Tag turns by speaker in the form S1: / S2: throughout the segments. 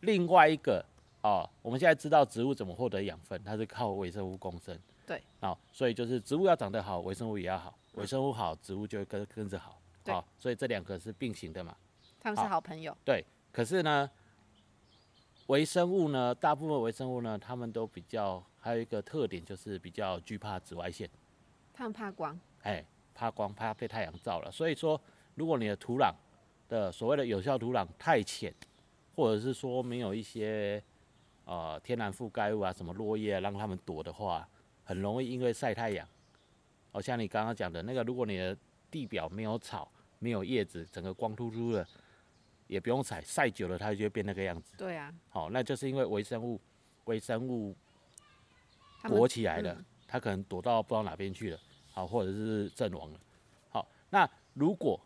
S1: 另外一个哦，我们现在知道植物怎么获得养分，它是靠微生物共生。
S2: 对。
S1: 哦，所以就是植物要长得好，微生物也要好，微生物好，植物就会跟跟着好。
S2: 对
S1: 哦，所以这两个是并行的嘛。
S2: 他们是
S1: 好
S2: 好朋友，
S1: 对，可是呢，微生物呢，大部分微生物呢，它们都比较还有一个特点，就是比较惧怕紫外线，
S2: 他们怕光，
S1: 哎，怕光，怕被太阳照了。所以说，如果你的土壤的所谓的有效土壤太浅，或者是说没有一些呃天然覆盖物啊，什么落叶、啊、让它们躲的话，很容易因为晒太阳。哦，像你刚刚讲的那个，如果你的地表没有草、没有叶子，整个光秃秃的，也不用采，晒久了它就会变那个样子。
S2: 对啊，
S1: 好、那就是因为微生物微生物
S2: 他们
S1: 躲起来了，它可能躲到不知道哪边去了，好，或者是阵亡了。好，那如果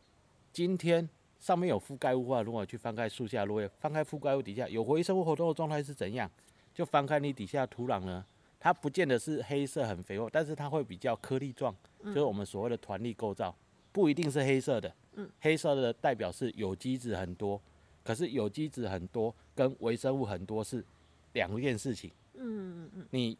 S1: 今天上面有覆盖物的话，如果去翻开树下落叶，翻开覆盖物底下有微生物活动的状态是怎样？就翻开你底下土壤呢，它不见得是黑色很肥沃，但是它会比较颗粒状，就是我们所谓的团粒构造，不一定是黑色的。黑色的代表是有机质很多，可是有机质很多跟微生物很多是两件事情。嗯嗯嗯，你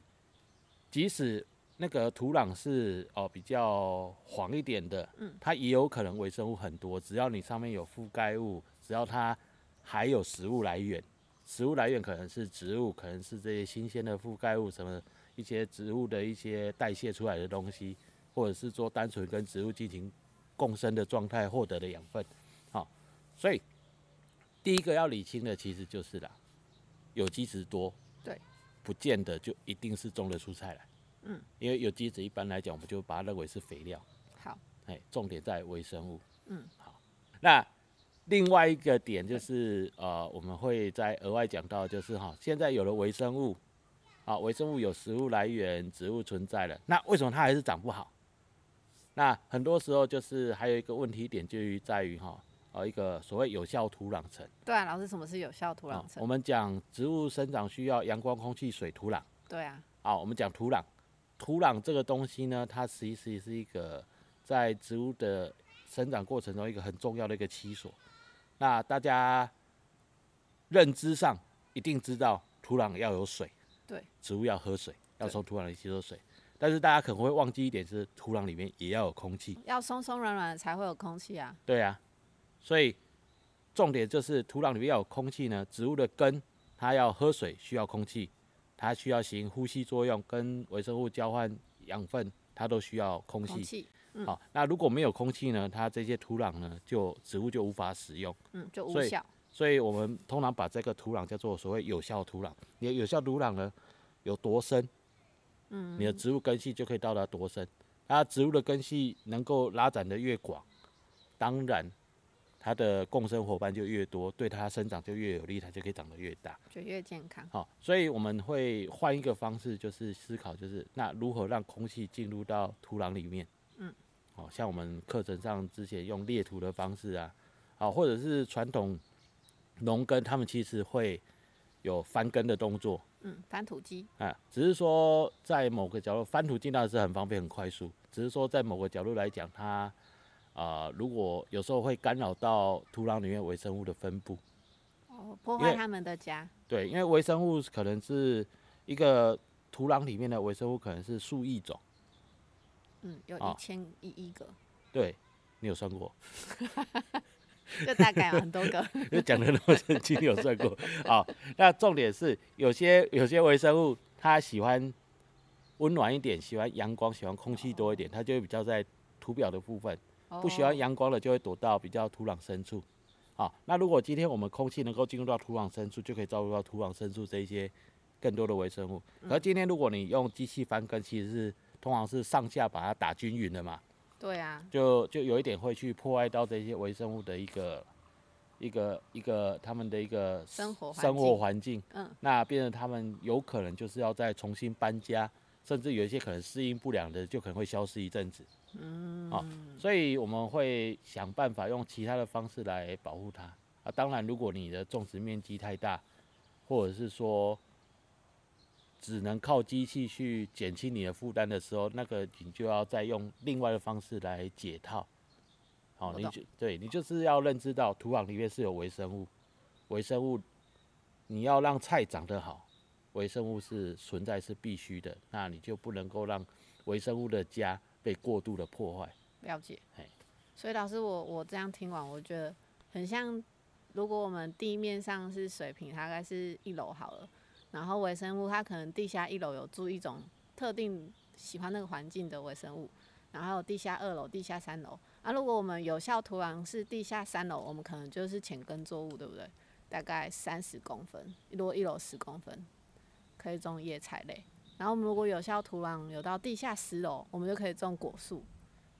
S1: 即使那个土壤是哦比较黄一点的，嗯，它也有可能微生物很多。只要你上面有覆盖物，只要它还有食物来源，食物来源可能是植物，可能是这些新鲜的覆盖物，什么一些植物的一些代谢出来的东西，或者是说单纯跟植物进行共生的状态获得的养分。好，所以第一个要理清的其实就是啦，有机质多，
S2: 对，
S1: 不见得就一定是种的蔬菜来。嗯，因为有机质一般来讲，我们就把它认为是肥料。
S2: 好，
S1: 哎，重点在微生物。嗯，好。那另外一个点就是，呃，我们会再额外讲到，就是哈，现在有了微生物，啊，微生物有食物来源，植物存在了，那为什么它还是长不好？那很多时候就是还有一个问题点，就于在于哈，呃，一个所谓有效土壤层。啊
S2: 对啊，老师，什么是有效土壤
S1: 我
S2: 层？
S1: 们讲植物生长需要阳光、空气、水、土壤。
S2: 对啊，
S1: 啊，我们讲土壤，土壤这个东西呢，它其实是一个在植物的生长过程中一个很重要的一个栖所。那大家认知上一定知道，土壤要有水，
S2: 对，
S1: 植物要喝水，要
S2: 对
S1: 从土壤里吸收水。但是大家可能会忘记一点，是土壤里面也要有空气。
S2: 要松松软软的才会有空气啊，
S1: 对啊，所以重点就是土壤里面要有空气呢，植物的根它要喝水需要空气，它需要行呼吸作用，跟微生物交换养分，它都需要空
S2: 空
S1: 气。
S2: 气，
S1: 好，那如果没有空气呢，它这些土壤呢就植物就无法使用，
S2: 嗯，就无
S1: 所以
S2: 效，
S1: 所以我们通常把这个土壤叫做所谓有效土壤。你的有效土壤呢有多深？嗯，你的植物根系就可以到达多深。它植物的根系能够拉展的越广，当然它的共生伙伴就越多，对它生长就越有利，它就可以长得越大。
S2: 就越健康。
S1: 好，所以我们会换一个方式，就是思考，就是那如何让空气进入到土壤里面。嗯，好像我们课程上之前用裂土的方式啊，好，或者是传统农耕，他们其实会有翻耕的动作
S2: 嗯，翻土机，
S1: 啊，只是说在某个角度翻土进到是很方便很快速，只是说在某个角度来讲，它啊、呃如果有时候会干扰到土壤里面微生物的分布。
S2: 哦，破
S1: 因
S2: 坏
S1: 为
S2: 他们的家，
S1: 对，因为微生物可能是一个土壤里面的微生物，可能是数亿种。
S2: 嗯，有
S1: 哦
S2: 一千一亿个，
S1: 对，你有算过？
S2: 就大概有很多个。
S1: 因为讲的那么神经，你有算过？好，那重点是有些有些微生物它喜欢温暖一点，喜欢阳光，喜欢空气多一点，它就会比较在土表的部分。 不喜欢
S2: 哦
S1: 阳光的就会躲到比较土壤深处。好，那如果今天我们空气能够进入到土壤深处，就可以照顾到土壤深处这一些更多的微生物。可是今天如果你用机器翻耕，其实是通常是上下把它打均匀的嘛，
S2: 对啊，
S1: 就就有一点会去破坏到这些微生物的一个一个一个他们的一个
S2: 生活环
S1: 生活
S2: 境
S1: 环境。
S2: 嗯，
S1: 那变成他们有可能就是要再重新搬家，甚至有一些可能适应不良的，就可能会消失一阵子。嗯，哦，所以我们会想办法用其他的方式来保护它啊。当然，如果你的种植面积太大，或者是说只能靠机器去减轻你的负担的时候，那个你就要再用另外的方式来解套。好、
S2: 我
S1: 你
S2: 懂
S1: 就对你就是要认知到土壤里面是有微生物，微生物你要让菜长得好，微生物是存在是必须的，那你就不能够让微生物的家被过度的破坏。
S2: 了解
S1: 嘿。
S2: 所以老师，我我这样听完，我觉得很像，如果我们地面上是水平，大概是一楼好了，然后微生物它可能地下一楼有住一种特定喜欢那个环境的微生物，然后还有地下二楼、地下三楼。啊，如果我们有效土壤是地下三楼，我们可能就是浅根作物，对不对？大概三十公分，如果一楼十公分，可以种叶菜类。然后我们如果有效土壤有到地下十楼，我们就可以种果树，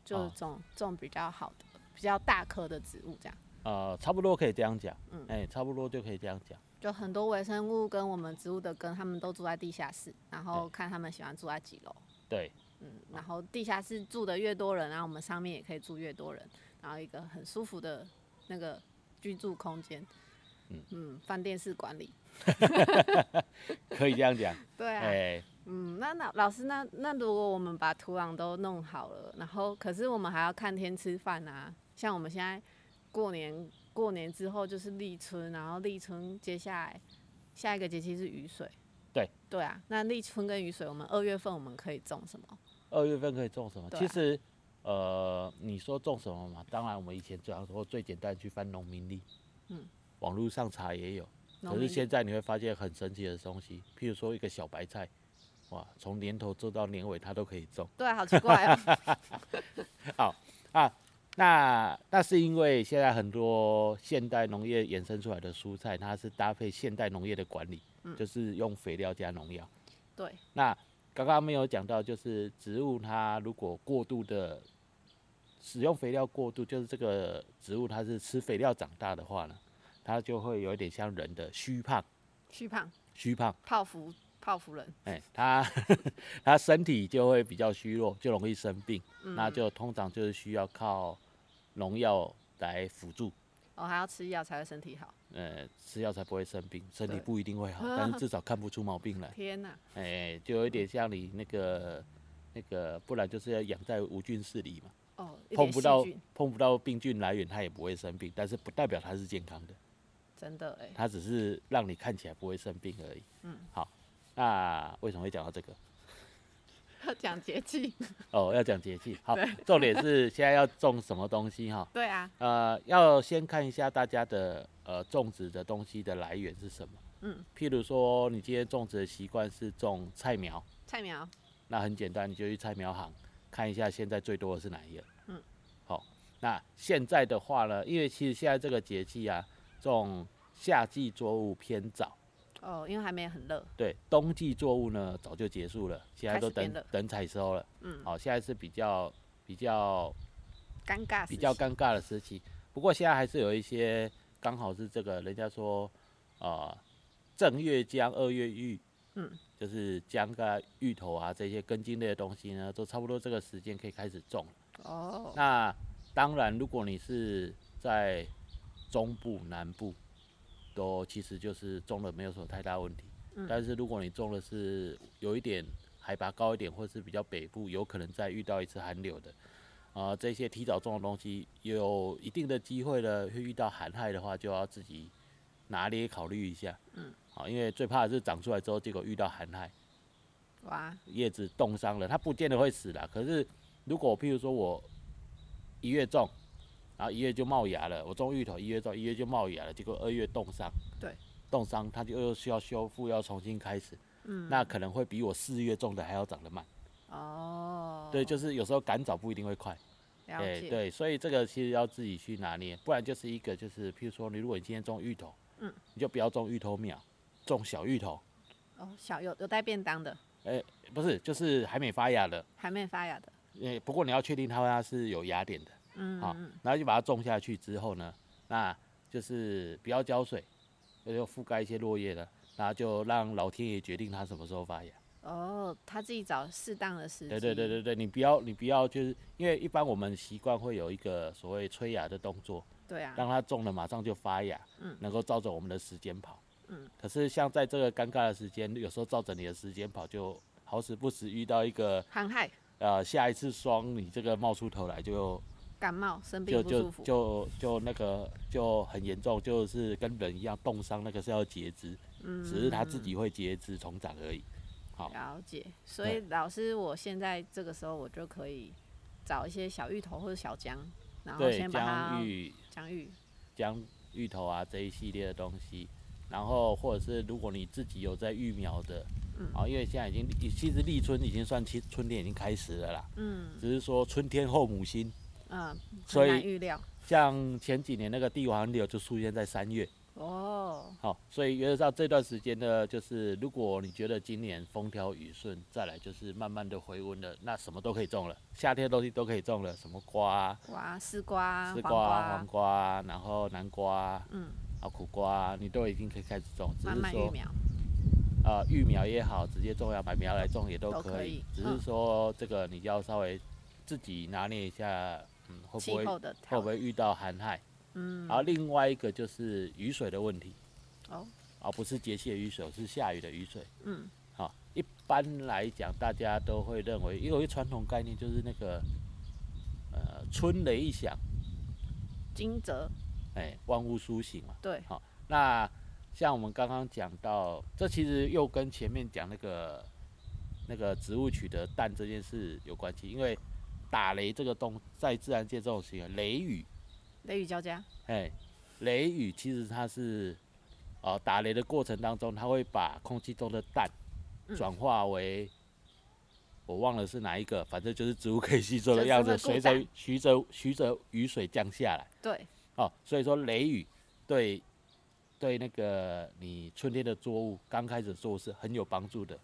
S2: 就
S1: 哦
S2: 种、种比较好的、比较大棵的植物，这样
S1: 呃，差不多可以这样讲，
S2: 嗯
S1: 哎、差不多就可以这样讲。
S2: 就很多微生物跟我们植物的根，它们都住在地下室，然后看它们喜欢住在几楼。
S1: 对，
S2: 嗯，然后地下室住的越多人，然后我们上面也可以住越多人，然后一个很舒服的那个居住空间。
S1: 嗯
S2: 饭店式管理。
S1: 可以这样讲。
S2: 对啊，
S1: 哎、
S2: 嗯，那那老师，那那如果我们把土壤都弄好了，然后可是我们还要看天吃饭啊。像我们现在过年，过年之后就是立春，然后立春接下来下一个节气是雨水。
S1: 对
S2: 对啊，那立春跟雨水，我们二月份我们可以种什么？
S1: 二月份可以种什么？
S2: 对啊
S1: 其实，呃，你说种什么嘛？当然，我们以前讲说最简单去翻农民历，
S2: 嗯，
S1: 网络上查也有。
S2: 农
S1: 可是
S2: 民
S1: 现在你会发现很神奇的东西，譬如说一个小白菜，哇，从年头做到年尾它都可以种。
S2: 对啊，好奇怪哦。
S1: 那那是因为现在很多现代农业衍生出来的蔬菜，它是搭配现代农业的管理，
S2: 嗯
S1: 就是用肥料加农药。
S2: 对，
S1: 那刚刚没有讲到，就是植物它如果过度的使用肥料过度，就是这个植物它是吃肥料长大的话呢，它就会有一点像人的虚胖，
S2: 虚胖、
S1: 虚胖，
S2: 泡芙、泡芙人。
S1: 哎、它 它身体就会比较虚弱，就容易生病，那就通常就是需要靠农药来辅助。
S2: 哦，还要吃药才会身体好。
S1: 呃，吃药才不会生病，身体
S2: 对
S1: 不一定会好，但是至少看不出毛病来。
S2: 天哪，
S1: 哎、就有一点像你那个那个，不然就是要养在无菌室里嘛，
S2: 哦，一
S1: 碰
S2: 点
S1: 不
S2: 细
S1: 到
S2: 菌，
S1: 碰不到病菌来源，它也不会生病，但是不代表它是健康的，
S2: 真的哎、
S1: 它只是让你看起来不会生病而已。嗯，好，那为什么会讲到这个？
S2: 要 讲节气。
S1: 哦，要讲节气。好
S2: 对，
S1: 重点是现在要种什么东西哈？
S2: 对啊，
S1: 呃，要先看一下大家的呃种植的东西的来源是什么。
S2: 嗯，
S1: 譬如说你今天种植的习惯是种菜苗，
S2: 菜苗，
S1: 那很简单，你就去菜苗行看一下现在最多的是哪一个。
S2: 嗯，
S1: 好，那现在的话呢，因为其实现在这个节气啊，这种夏季作物偏早，
S2: 哦，因为还没很热，
S1: 对，冬季作物呢早就结束了，现在
S2: 开始
S1: 都等
S2: 变热
S1: 等采收了。
S2: 嗯
S1: 好，现在是比较比较
S2: 尴尬
S1: 比
S2: 时
S1: 较
S2: 期
S1: 尴尬的时期，不过现在还是有一些刚好是这个人家说，呃，正月姜，二月芋，
S2: 嗯，
S1: 就是姜啊、芋头啊这些根茎类的东西呢，都差不多这个时间可以开始种了。
S2: 哦，
S1: 那当然，如果你是在中部、南部，都其实就是种了没有什么太大问题。
S2: 嗯
S1: 但是如果你种的是有一点海拔高一点，或是比较北部，有可能再遇到一次寒流的，啊、这些提早种的东西有一定的机会呢，会遇到寒害的话，就要自己拿捏考虑一下。
S2: 嗯，
S1: 好，因为最怕的是长出来之后，结果遇到寒害，
S2: 哇，
S1: 叶子冻伤了，它不见得会死啦。可是如果譬如说我一月种，然后一月就冒芽了，我种芋头一月种，一月就冒芽了，结果二月冻伤，
S2: 对，
S1: 冻伤它就又需要修复，要重新开始，
S2: 嗯，
S1: 那可能会比我四月种的还要长得慢。
S2: 哦，
S1: 对，就是有时候赶早不一定会快。
S2: 了
S1: 哎、
S2: 解，
S1: 对，所以这个其实要自己去拿捏，不然就是一个就是譬如说你如果你今天种芋头，
S2: 嗯，
S1: 你就不要种芋头苗，种小芋头，
S2: 哦，小有有带便当的，
S1: 不是就是还没发芽的，
S2: 还没发芽的，
S1: 哎，不过你要确定它是有芽点的。
S2: 嗯，
S1: 好
S2: 嗯
S1: 然后就把它种下去之后呢，那就是不要浇水，那就覆盖一些落叶了，然后就让老天爷决定它什么时候发芽。
S2: 哦，他自己找适当的时机，
S1: 对对对，对对，你不要你不要就是因为一般我们习惯会有一个所谓催芽的动作，
S2: 对啊，
S1: 让它种了马上就发芽，
S2: 嗯
S1: 能够照着我们的时间跑。
S2: 嗯，
S1: 可是像在这个尴尬的时间，有时候照着你的时间跑，就好死不死遇到一个
S2: 寒害、
S1: 呃下一次霜，你这个冒出头来就
S2: 感冒、生病
S1: 就
S2: 不
S1: 就
S2: 舒服，
S1: 就就那个就很严重，就是跟人一样冻伤，那个是要截肢，只是它自
S2: 嗯
S1: 己会节肢重长而已。好，
S2: 了解。所以老师，我现在这个时候我就可以找一些小芋头或者小姜，然后
S1: 对
S2: 先，把它
S1: 姜芋、
S2: 姜芋，
S1: 姜芋头啊这一系列的东西，然后或者是如果你自己有在育苗的，
S2: 嗯
S1: 啊，因为现在已经其实立春已经算其春天已经开始了啦，
S2: 嗯
S1: 只是说春天后母心，
S2: 嗯，
S1: 所
S2: 很
S1: 以
S2: 难预料
S1: 像前几年那个帝王柳就出现在三月，
S2: 哦。
S1: 好，所以原则上这段时间呢，就是如果你觉得今年风调雨顺，再来就是慢慢的回温了，那什么都可以种了，夏天的东西都可以种了，什么瓜啊、
S2: 哇，丝瓜、
S1: 丝
S2: 黄
S1: 瓜啊、
S2: 瓜
S1: 黄瓜啊，然后南瓜啊，
S2: 嗯，
S1: 啊苦瓜啊，你都已经可以开始种，只
S2: 慢
S1: 是
S2: 慢育
S1: 说
S2: 苗，
S1: 呃育苗也好，直接种要买苗来种也都
S2: 都可
S1: 可以
S2: 以，
S1: 只
S2: 嗯
S1: 是说这个你要稍微自己拿捏一下，嗯，会
S2: 气
S1: 不会
S2: 候的
S1: 会
S2: 调
S1: 不会遇到寒害？
S2: 嗯，
S1: 然后另外一个就是雨水的问题，
S2: 哦，
S1: 而不是节气的雨水，是下雨的雨水。
S2: 嗯，
S1: 好、一般来讲，大家都会认为，因为有一传统概念就是那个，呃，春雷一响，
S2: 惊蛰，
S1: 哎，万物苏醒嘛。
S2: 对，
S1: 那像我们刚刚讲到，这其实又跟前面讲那个那个植物取得氮这件事有关系，因为打雷这个动在自然界这种行为，雷雨
S2: 雷雨交加，
S1: 哎，雷雨其实它是，呃，打雷的过程当中，它会把空气中的氮
S2: 嗯
S1: 转化为，我忘了是哪一个，反正就是植物可以吸收的
S2: 就是
S1: 样子，随
S2: 会固
S1: 着
S2: 氮
S1: 随着随着雨水降下来。
S2: 对，
S1: 哦，所以说雷雨对对那个你春天的作物刚开始的作物是很有帮助的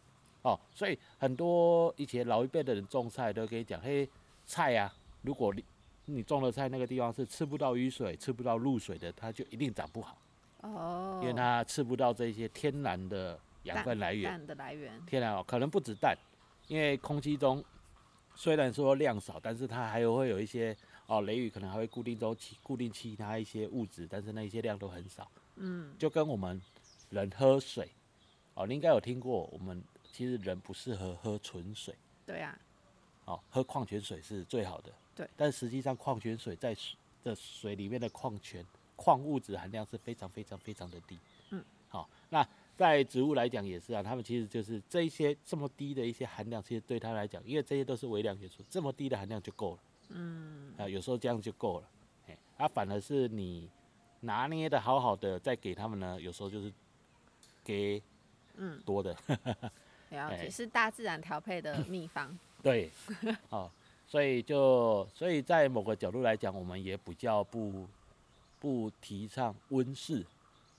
S1: 哦，所以很多以前老一辈的人种菜都跟你讲，嘿，菜啊，如果你你种的菜那个地方是吃不到雨水、吃不到露水的，它就一定长不好，
S2: 哦，
S1: 因为它吃不到这些天然的养分来源。
S2: 氮的来源，
S1: 天然哦，可能不止氮，因为空气中虽然说量少，但是它还有会有一些哦，雷雨可能还会固定周期、固定其他一些物质，但是那一些量都很少。
S2: 嗯，
S1: 就跟我们人喝水哦，你应该有听过，我们其实人不适合喝纯水
S2: 对啊，
S1: 哦，喝矿泉水是最好的。
S2: 对，
S1: 但实际上矿泉水在水的水里面的矿泉矿物质含量是非常非常非常的低。
S2: 嗯，
S1: 好、那在植物来讲也是啊，它们其实就是这一些这么低的一些含量，其实对它来讲，因为这些都是微量元素，这么低的含量就够了。嗯，啊，有时候这样就够了。哎，啊，反而是你拿捏的好好的，再给它们呢，有时候就是给
S2: 嗯
S1: 多的。
S2: 了解，
S1: 哎
S2: 是大自然调配 的秘方，
S1: 对，哦，所以就所以在某个角度来讲，我们也比较不不提倡温室，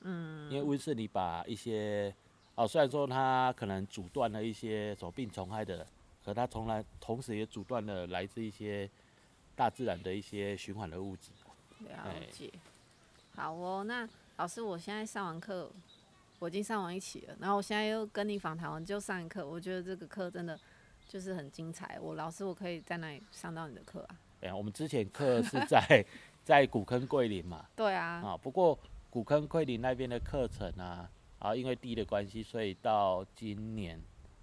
S1: 嗯，因为温室你把一些哦，虽然说它可能阻断了一些什么病虫害的，可它从来同时也阻断了来自一些大自然的一些循环的物质。
S2: 了
S1: 哎
S2: 解。好哦，那老师，我现在上完课，我已经上完一期了，然后我现在又跟你访谈完就上一课，我觉得这个课真的就是很精彩。我老师，我可以在那里上到你的课啊？
S1: 哎呀，我们之前课是在 在古坑桂林嘛，
S2: 对啊，
S1: 啊，不过古坑桂林那边的课程啊，啊，因为地的关系，所以到今年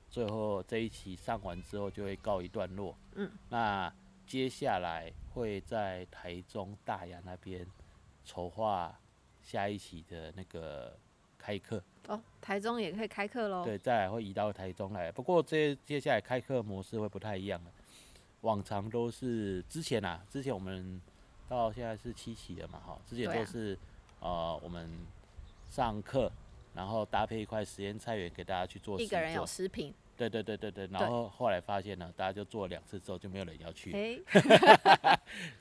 S1: 最后这一期上完之后就会告一段落。
S2: 嗯，
S1: 那接下来会在台中大雅那边筹划下一期的那个开课，
S2: 哦，台中也可以开课喽。
S1: 对，再来会移到台中来。不过这接下来开课模式会不太一样了，往常都是之前啊，之前我们到现在是七期了嘛，哈，之前
S2: 对啊
S1: 都是、呃我们上课，然后搭配一块实验菜园给大家去做
S2: 一
S1: 实
S2: 个人有
S1: 作
S2: 食品，
S1: 对对对对对，然后后来发现呢，大家就做了两次之后就没有人要去了，
S2: 诶，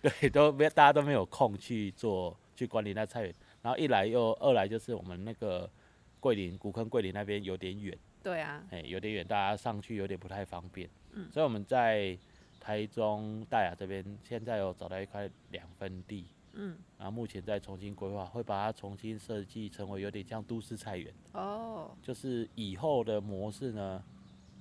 S1: 对，都没大家都没有空去做去管理那菜园，然后一来又二来就是我们那个桂林古坑桂林那边有点远。
S2: 对啊，
S1: 哎、有点远，大家上去有点不太方便。嗯，所以我们在台中大雅这边现在有找到一块两分地，
S2: 嗯，
S1: 然后目前在重新规划，会把它重新设计成为有点像都市菜园，
S2: 哦，
S1: 就是以后的模式呢，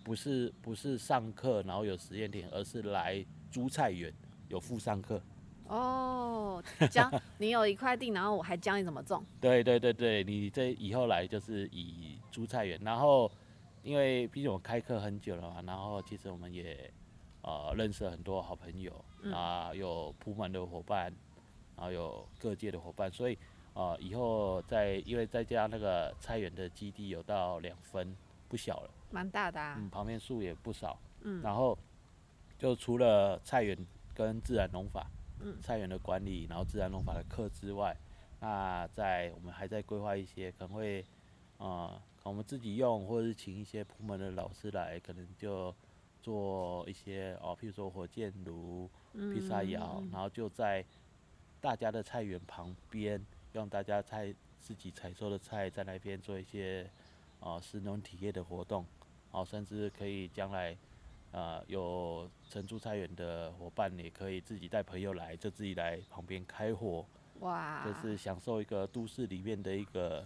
S1: 不是不是上课然后有实验田，而是来租菜园。有附上课，
S2: 哦，教你有一块地，然后我还教你怎么种。
S1: 对对对对，你这以后来就是以租菜园，然后因为毕竟我开课很久了嘛，然后其实我们也呃认识了很多好朋友啊，有铺满的伙伴，然后有各界的伙伴，所以啊、以后再因为再加那个菜园的基地有到两分，不小了，
S2: 蛮大的啊。
S1: 嗯，旁边树也不少，
S2: 嗯
S1: 然后就除了菜园跟自然农法，
S2: 嗯
S1: 菜园的管理，然后自然农法的课之外，那在我们还在规划一些可能会，呃，可能我们自己用，或者是请一些部门的老师来，可能就做一些哦，譬如说火箭炉、
S2: 嗯
S1: 披萨窑，然后就在大家的菜园旁边，用大家菜自己采收的菜在那边做一些啊食农体验的活动，哦、甚至可以将来啊有承租菜园的伙伴也可以自己带朋友来，就自己来旁边开火，
S2: 哇，
S1: 就是享受一个都市里面的一个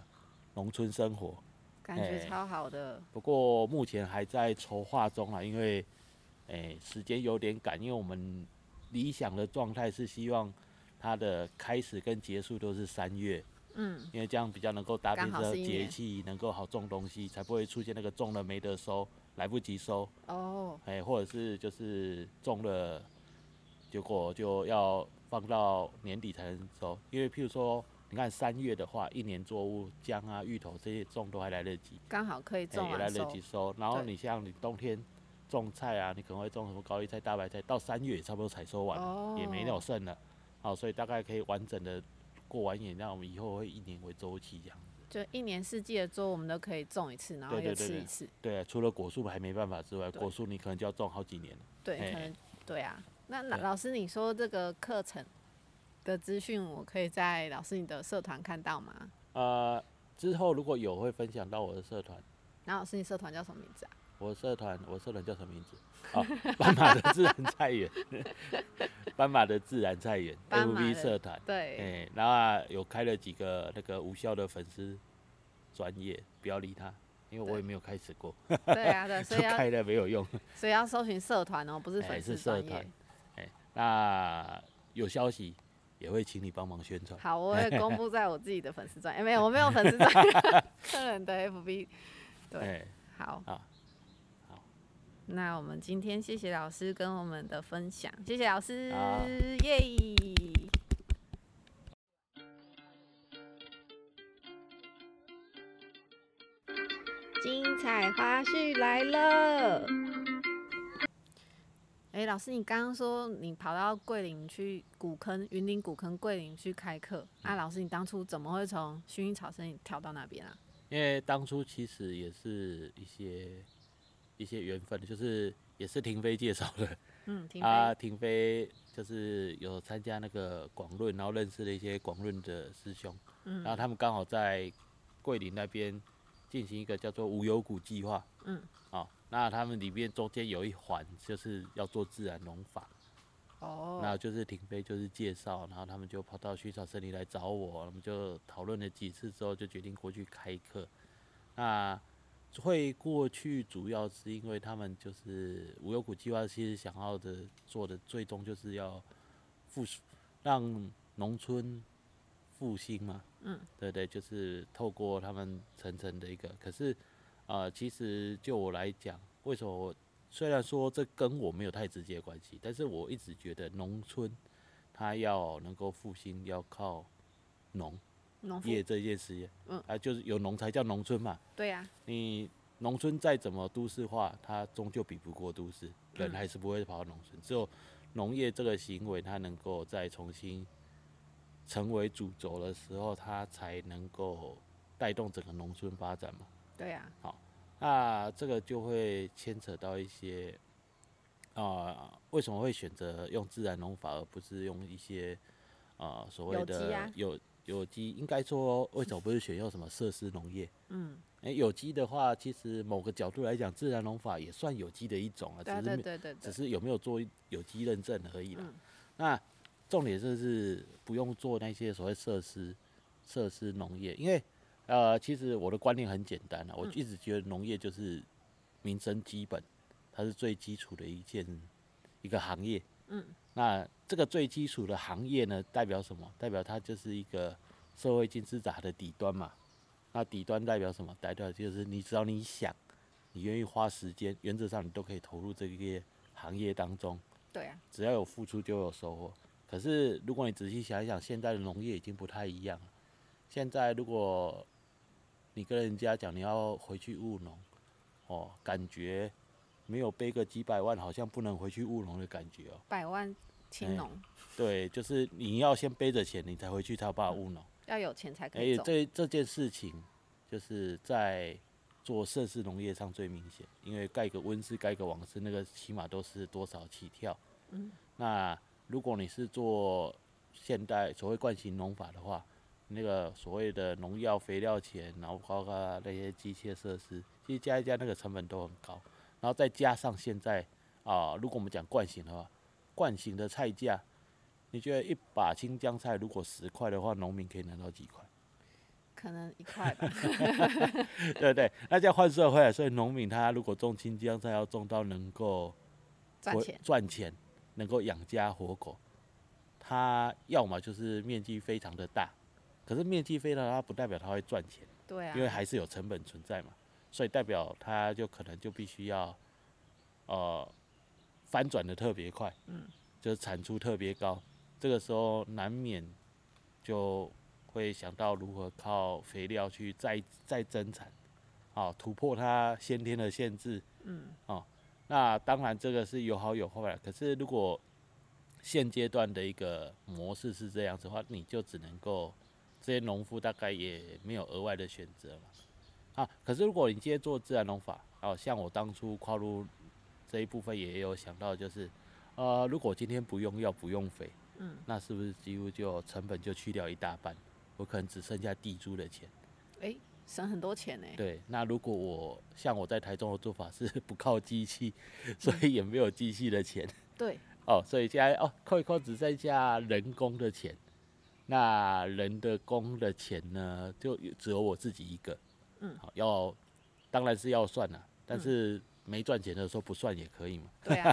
S1: 农村生活。
S2: 感
S1: 哎
S2: 觉超好的。
S1: 不过目前还在筹划中啦，因为，诶、时间有点赶，因为我们理想的状态是希望它的开始跟结束都是三月，
S2: 嗯，
S1: 因为这样比较能够搭配
S2: 刚好
S1: 这
S2: 是一
S1: 节
S2: 年
S1: 气，能够好种东西，才不会出现那个种了没得收，来不及收，
S2: 哦，
S1: 诶、或者是就是种了，结果就要放到年底才能收，因为譬如说，你看三月的话，一年作物姜啊、芋头这些种都还来得及。
S2: 刚好可以
S1: 哎，
S2: 种
S1: 也
S2: 完
S1: 来得
S2: 收
S1: 及。收。然后
S2: 对
S1: 你像你冬天种菜啊，你可能会种什么高丽菜、大白菜，到三月也差不多采收完了，也没有
S2: 哦
S1: 剩了。好，所以大概可以完整的过完一年，那我们以后会一年为周期这样。
S2: 就一年四季的桌我们都可以种一次，然后
S1: 对对
S2: 又
S1: 对
S2: 吃
S1: 对
S2: 一次。
S1: 对，啊除了果树还没办法之外，
S2: 对
S1: 果树你可能就要种好几年了。
S2: 对，
S1: 嘿
S2: 可能对啊。那老
S1: 哎对
S2: 老师，你说这个课程的资讯，我可以在老师你的社团看到吗？
S1: 呃，之后如果有会分享到我的社团，
S2: 然后老师，你社团叫什么名字啊？
S1: 我的社团我的社团叫什么名字？哦，斑马的自然菜园，斑马的自然菜园
S2: 斑马
S1: FB
S2: 的
S1: 社团。
S2: 对，
S1: 哎、然后啊有开了几个那个无效的粉丝专业，不要理他，因为我也没有开始过，
S2: 对 啊，对，所
S1: 就
S2: 以要
S1: 开了没有用。
S2: 所以要搜寻社团哦，不是
S1: 哎
S2: 粉丝
S1: 是
S2: 专
S1: 社
S2: 业
S1: 团。哎、那有消息也会请你帮忙宣传。
S2: 好，我会 公布在我自己的粉丝专业，哎没有，我没有粉丝专业， 个人的 FB。对
S1: 哎、
S2: 好，
S1: 啊好
S2: 那我们今天谢谢老师跟我们的分享，谢谢老师
S1: 好，
S2: 耶、精彩花絮来了！哎、老师，你刚刚说你跑到桂林去古坑，云林古坑桂林去开课，啊，
S1: 嗯
S2: 老师，你当初怎么会从薰衣草森林跳到那边啊？
S1: 因为当初其实也是一些一些缘分，就是也是停飞介绍的。
S2: 嗯，听
S1: 啊，停飞就是有参加那个广论，然后认识了一些广论的师兄，
S2: 嗯
S1: 然后他们刚好在桂林那边进行一个叫做无忧谷计划，
S2: 嗯，
S1: 哦，那他们里面中间有一环就是要做自然农法，
S2: 哦，
S1: 那就是停飞就是介绍，然后他们就跑到薰草森林来找我，我们就讨论了几次之后，就决定过去开课。那会过去主要是因为他们就是无忧谷计划，其实想要的做的最终就是要复苏，让农村复兴嘛。
S2: 嗯，
S1: 对对，就是透过他们层层的一个，可是呃，其实就我来讲，为什么我虽然说这跟我没有太直接的关系，但是我一直觉得农村它要能够复兴，要靠农
S2: 农夫
S1: 业这件事业，
S2: 嗯
S1: 啊，就是有农才叫农村嘛。
S2: 对啊呀、
S1: 你农村再怎么都市化，它终究比不过都市，人
S2: 嗯
S1: 还是不会跑到农村。只有农业这个行为，它能够再重新成为主轴的时候，它才能够带动整个农村发展嘛。
S2: 对啊呀、
S1: 那这个就会牵扯到一些，啊、为什么会选择用自然农法，而不是用一些啊、所谓
S2: 有机
S1: 的
S2: 啊
S1: 有有机？应该说，为什么不是选用什么设施农业？
S2: 嗯，
S1: 哎、有机的话，其实某个角度来讲，自然农法也算有机的一种啊，只
S2: 对啊
S1: 是
S2: 对
S1: 没
S2: 对对
S1: 只
S2: 对，
S1: 是有没有做有机认证而已啦。
S2: 嗯
S1: 那重点就是不用做那些所谓设施设施农业，因为呃，其实我的观念很简单啊，
S2: 嗯
S1: 我一直觉得农业就是民生基本，它是最基础的一件一个行业。
S2: 嗯，
S1: 那这个最基础的行业呢，代表什么？代表它就是一个社会金字塔的底端嘛。那底端代表什么？代表就是你只要你想，你愿意花时间，原则上你都可以投入这个行业当中。
S2: 对啊呀、
S1: 只要有付出就有收获。可是如果你仔细想一想，现在的农业已经不太一样了。现在如果你跟人家讲你要回去务农，哦，感觉没有背个几百万，好像不能回去务农的感觉哦。
S2: 百万青农、
S1: 对，就是你要先背着钱，你才回去他爸务农。
S2: 要有钱才可
S1: 而
S2: 以
S1: 且
S2: 走。
S1: 哎这这件事情，就是在做设施农业上最明显，因为盖个温室、盖个网室，那个起码都是多少起跳。嗯。那如果你是做现代所谓惯行农法的话，那个所谓的农药、肥料钱，然后包括那些机械设施，其实加一加那个成本都很高。然后再加上现在啊、如果我们讲惯行的话，惯行的菜价，你觉得一把青江菜如果十块的话，农民可以拿到几块？
S2: 可能一块 吧，
S1: 对不对？那这样换社会了，所以农民他如果种青江菜，要种到能够
S2: 赚
S1: 活
S2: 钱，
S1: 赚钱能够养家活口，他要么就是面积非常的大，可是面积非常大不代表他会赚钱，
S2: 对啊，
S1: 因为还是有成本存在嘛，所以代表他就可能就必须要，呃，翻转的特别快，嗯，就是产出特别高，这个时候难免就会想到如何靠肥料去再再增产，啊，突破它先天的限制，嗯，哦，那当然这个是有好有坏，可是如果现阶段的一个模式是这样子的话，你就只能够这些农夫大概也没有额外的选择嘛。啊，可是如果你今天做自然农法，哦、像我当初跨入这一部分也有想到，就是呃，如果今天不用药不用肥，嗯，那是不是几乎就成本就去掉一大半？我可能只剩下地租的钱。
S2: 哎、省很多钱呢、
S1: 对，那如果我像我在台中的做法是 不靠机器，所以也没有机器的钱。
S2: 对，
S1: 哦，所以现在哦扣一扣只剩下人工的钱，那人的工的钱呢，就只有我自己一个，嗯，好要当然是要算啦、但是没赚钱的时候不算也可以嘛，
S2: 对啊，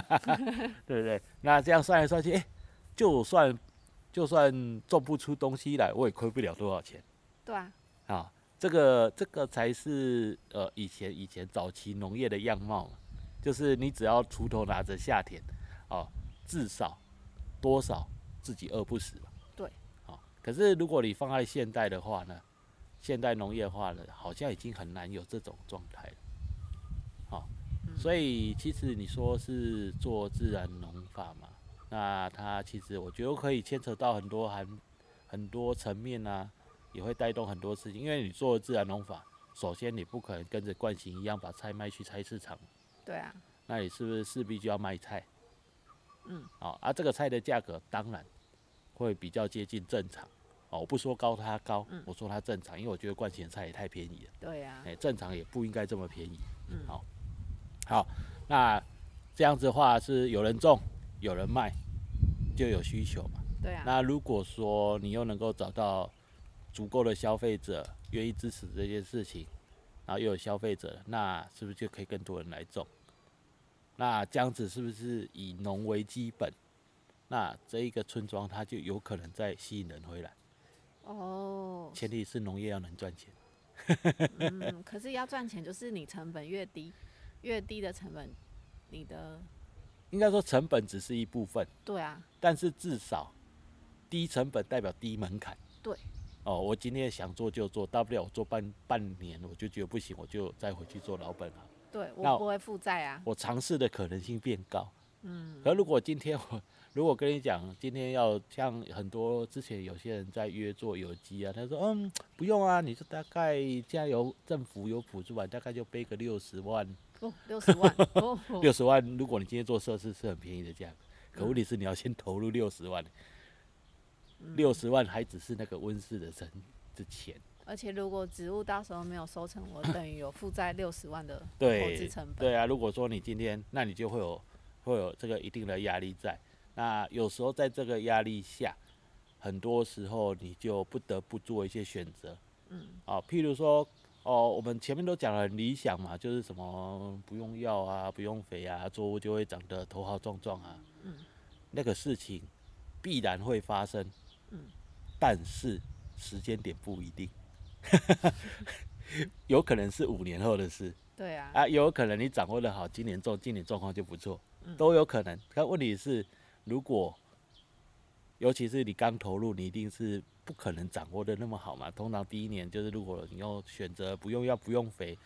S1: 对不对？那这样算来算去，哎、就算就算种不出东西来，我也亏不了多少钱
S2: 对啊，
S1: 啊。这个这个才是呃以前以前早期农业的样貌嘛，就是你只要锄头拿着下田，哦，至少多少自己饿不死吧。
S2: 对。
S1: 哦，可是如果你放在现代的话呢，现代农业化呢，好像已经很难有这种状态了。好、所以其实你说是做自然农法嘛，那它其实我觉得可以牵扯到很多含很多层面啊，也会带动很多事情。因为你做自然农法，首先你不可能跟着惯行一样把菜卖去菜市场。
S2: 对啊，
S1: 那你是不是势必就要卖菜？
S2: 嗯，
S1: 哦，啊，这个菜的价格当然会比较接近正常。哦，我不说高它高，我说它正常，因为我觉得冠贤菜也太便宜了，
S2: 对嗯啊
S1: 哎、，正常也不应该这么便宜。嗯，好、好，那这样子的话是有人种，有人卖，就有需求嘛。
S2: 对啊，
S1: 那如果说你又能够找到足够的消费者愿意支持这件事情，然后又有消费者了，那是不是就可以更多人来种？那这样子是不是以农为基本？那这一个村庄它就有可能再吸引人回来，
S2: 哦，
S1: 前提是农业要能赚钱。
S2: 嗯，可是要赚钱，就是你成本越低，越低的成本，你的
S1: 应该说成本只是一部分，
S2: 对啊，
S1: 但是至少低成本代表低门槛。
S2: 对。
S1: 哦，我今天想做就做，大不了我做半半年，我就觉得不行，我就再回去做老本行。
S2: 对
S1: 那
S2: 我
S1: 我
S2: 不会负债 啊，
S1: 我尝试的可能性变高。嗯，可如果今天我 如果跟你讲，今天要像很多之前有些人在约做有机啊，他说嗯不用啊，你就大概现在有政府有补助啊，大概就背个六十万，
S2: 不六十万，哦，
S1: 六十万。如果你今天做设施是很便宜的价格，可问题是你要先投入六十万，六十万还只是那个温室的成的钱。
S2: 而且如果植物到时候没有收成，我等于有负债六十万的投资
S1: 对
S2: 成本，
S1: 对啊，如果说你今天，那你就会有会有这个一定的压力在。那有时候在这个压力下，很多时候你就不得不做一些选择。嗯，啊，譬如说，哦，我们前面都讲了很理想嘛，就是什么不用药啊，不用肥啊，作物就会长得头好壮壮啊。嗯，那个事情必然会发生。嗯，但是时间点不一定。 有可能是五年后的事，
S2: 对啊，
S1: 啊，有可能你掌握的好，今年中今年状况就不错，都有可能。但问题是，如果尤其是你刚投入，你一定是不可能掌握的那么好嘛。通常第一年就是，如果你要选择不用药不用肥，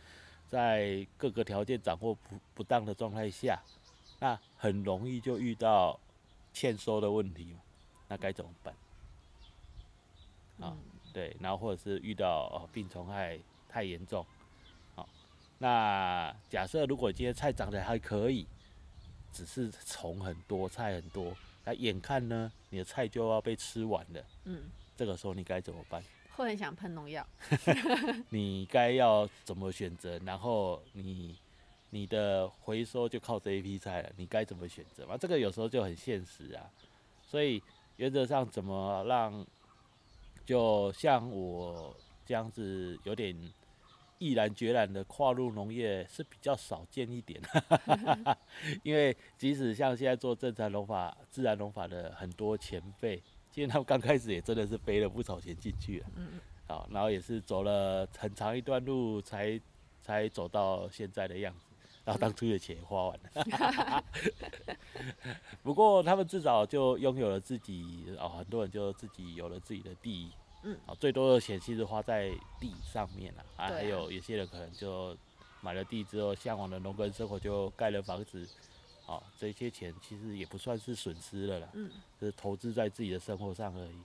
S1: 在各个条件掌握不不当的状态下，那很容易就遇到欠收的问题嘛。那该怎么办？啊，
S2: 嗯
S1: 对，然后或者是遇到哦病虫害太严重，好、那假设如果今天菜长得还可以，只是虫很多，菜很多，那眼看呢你的菜就要被吃完了，
S2: 嗯，
S1: 这个时候你该怎么办？
S2: 会很想喷农药。
S1: 你该要怎么选择？然后你你的回收就靠这一批菜了，你该怎么选择嘛？这个有时候就很现实啊。所以原则上怎么让，就像我这样子有点毅然决然的跨入农业是比较少见一点，因为即使像现在做正常农法、自然农法的很多前辈，其实他们刚开始也真的是背了不少钱进去啊。
S2: 嗯
S1: 好，然后也是走了很长一段路才才走到现在的样子，然后当初的钱也花完了。 不过他们至少就拥有了自己哦，很多人就自己有了自己的地，
S2: 嗯，
S1: 啊，最多的钱其实花在地上面了啊，
S2: 对啊
S1: 还有有些人可能就买了地之后，向往了农耕生活，就盖了房子。哦，这些钱其实也不算是损失了啦，
S2: 嗯，
S1: 就是投资在自己的生活上而已。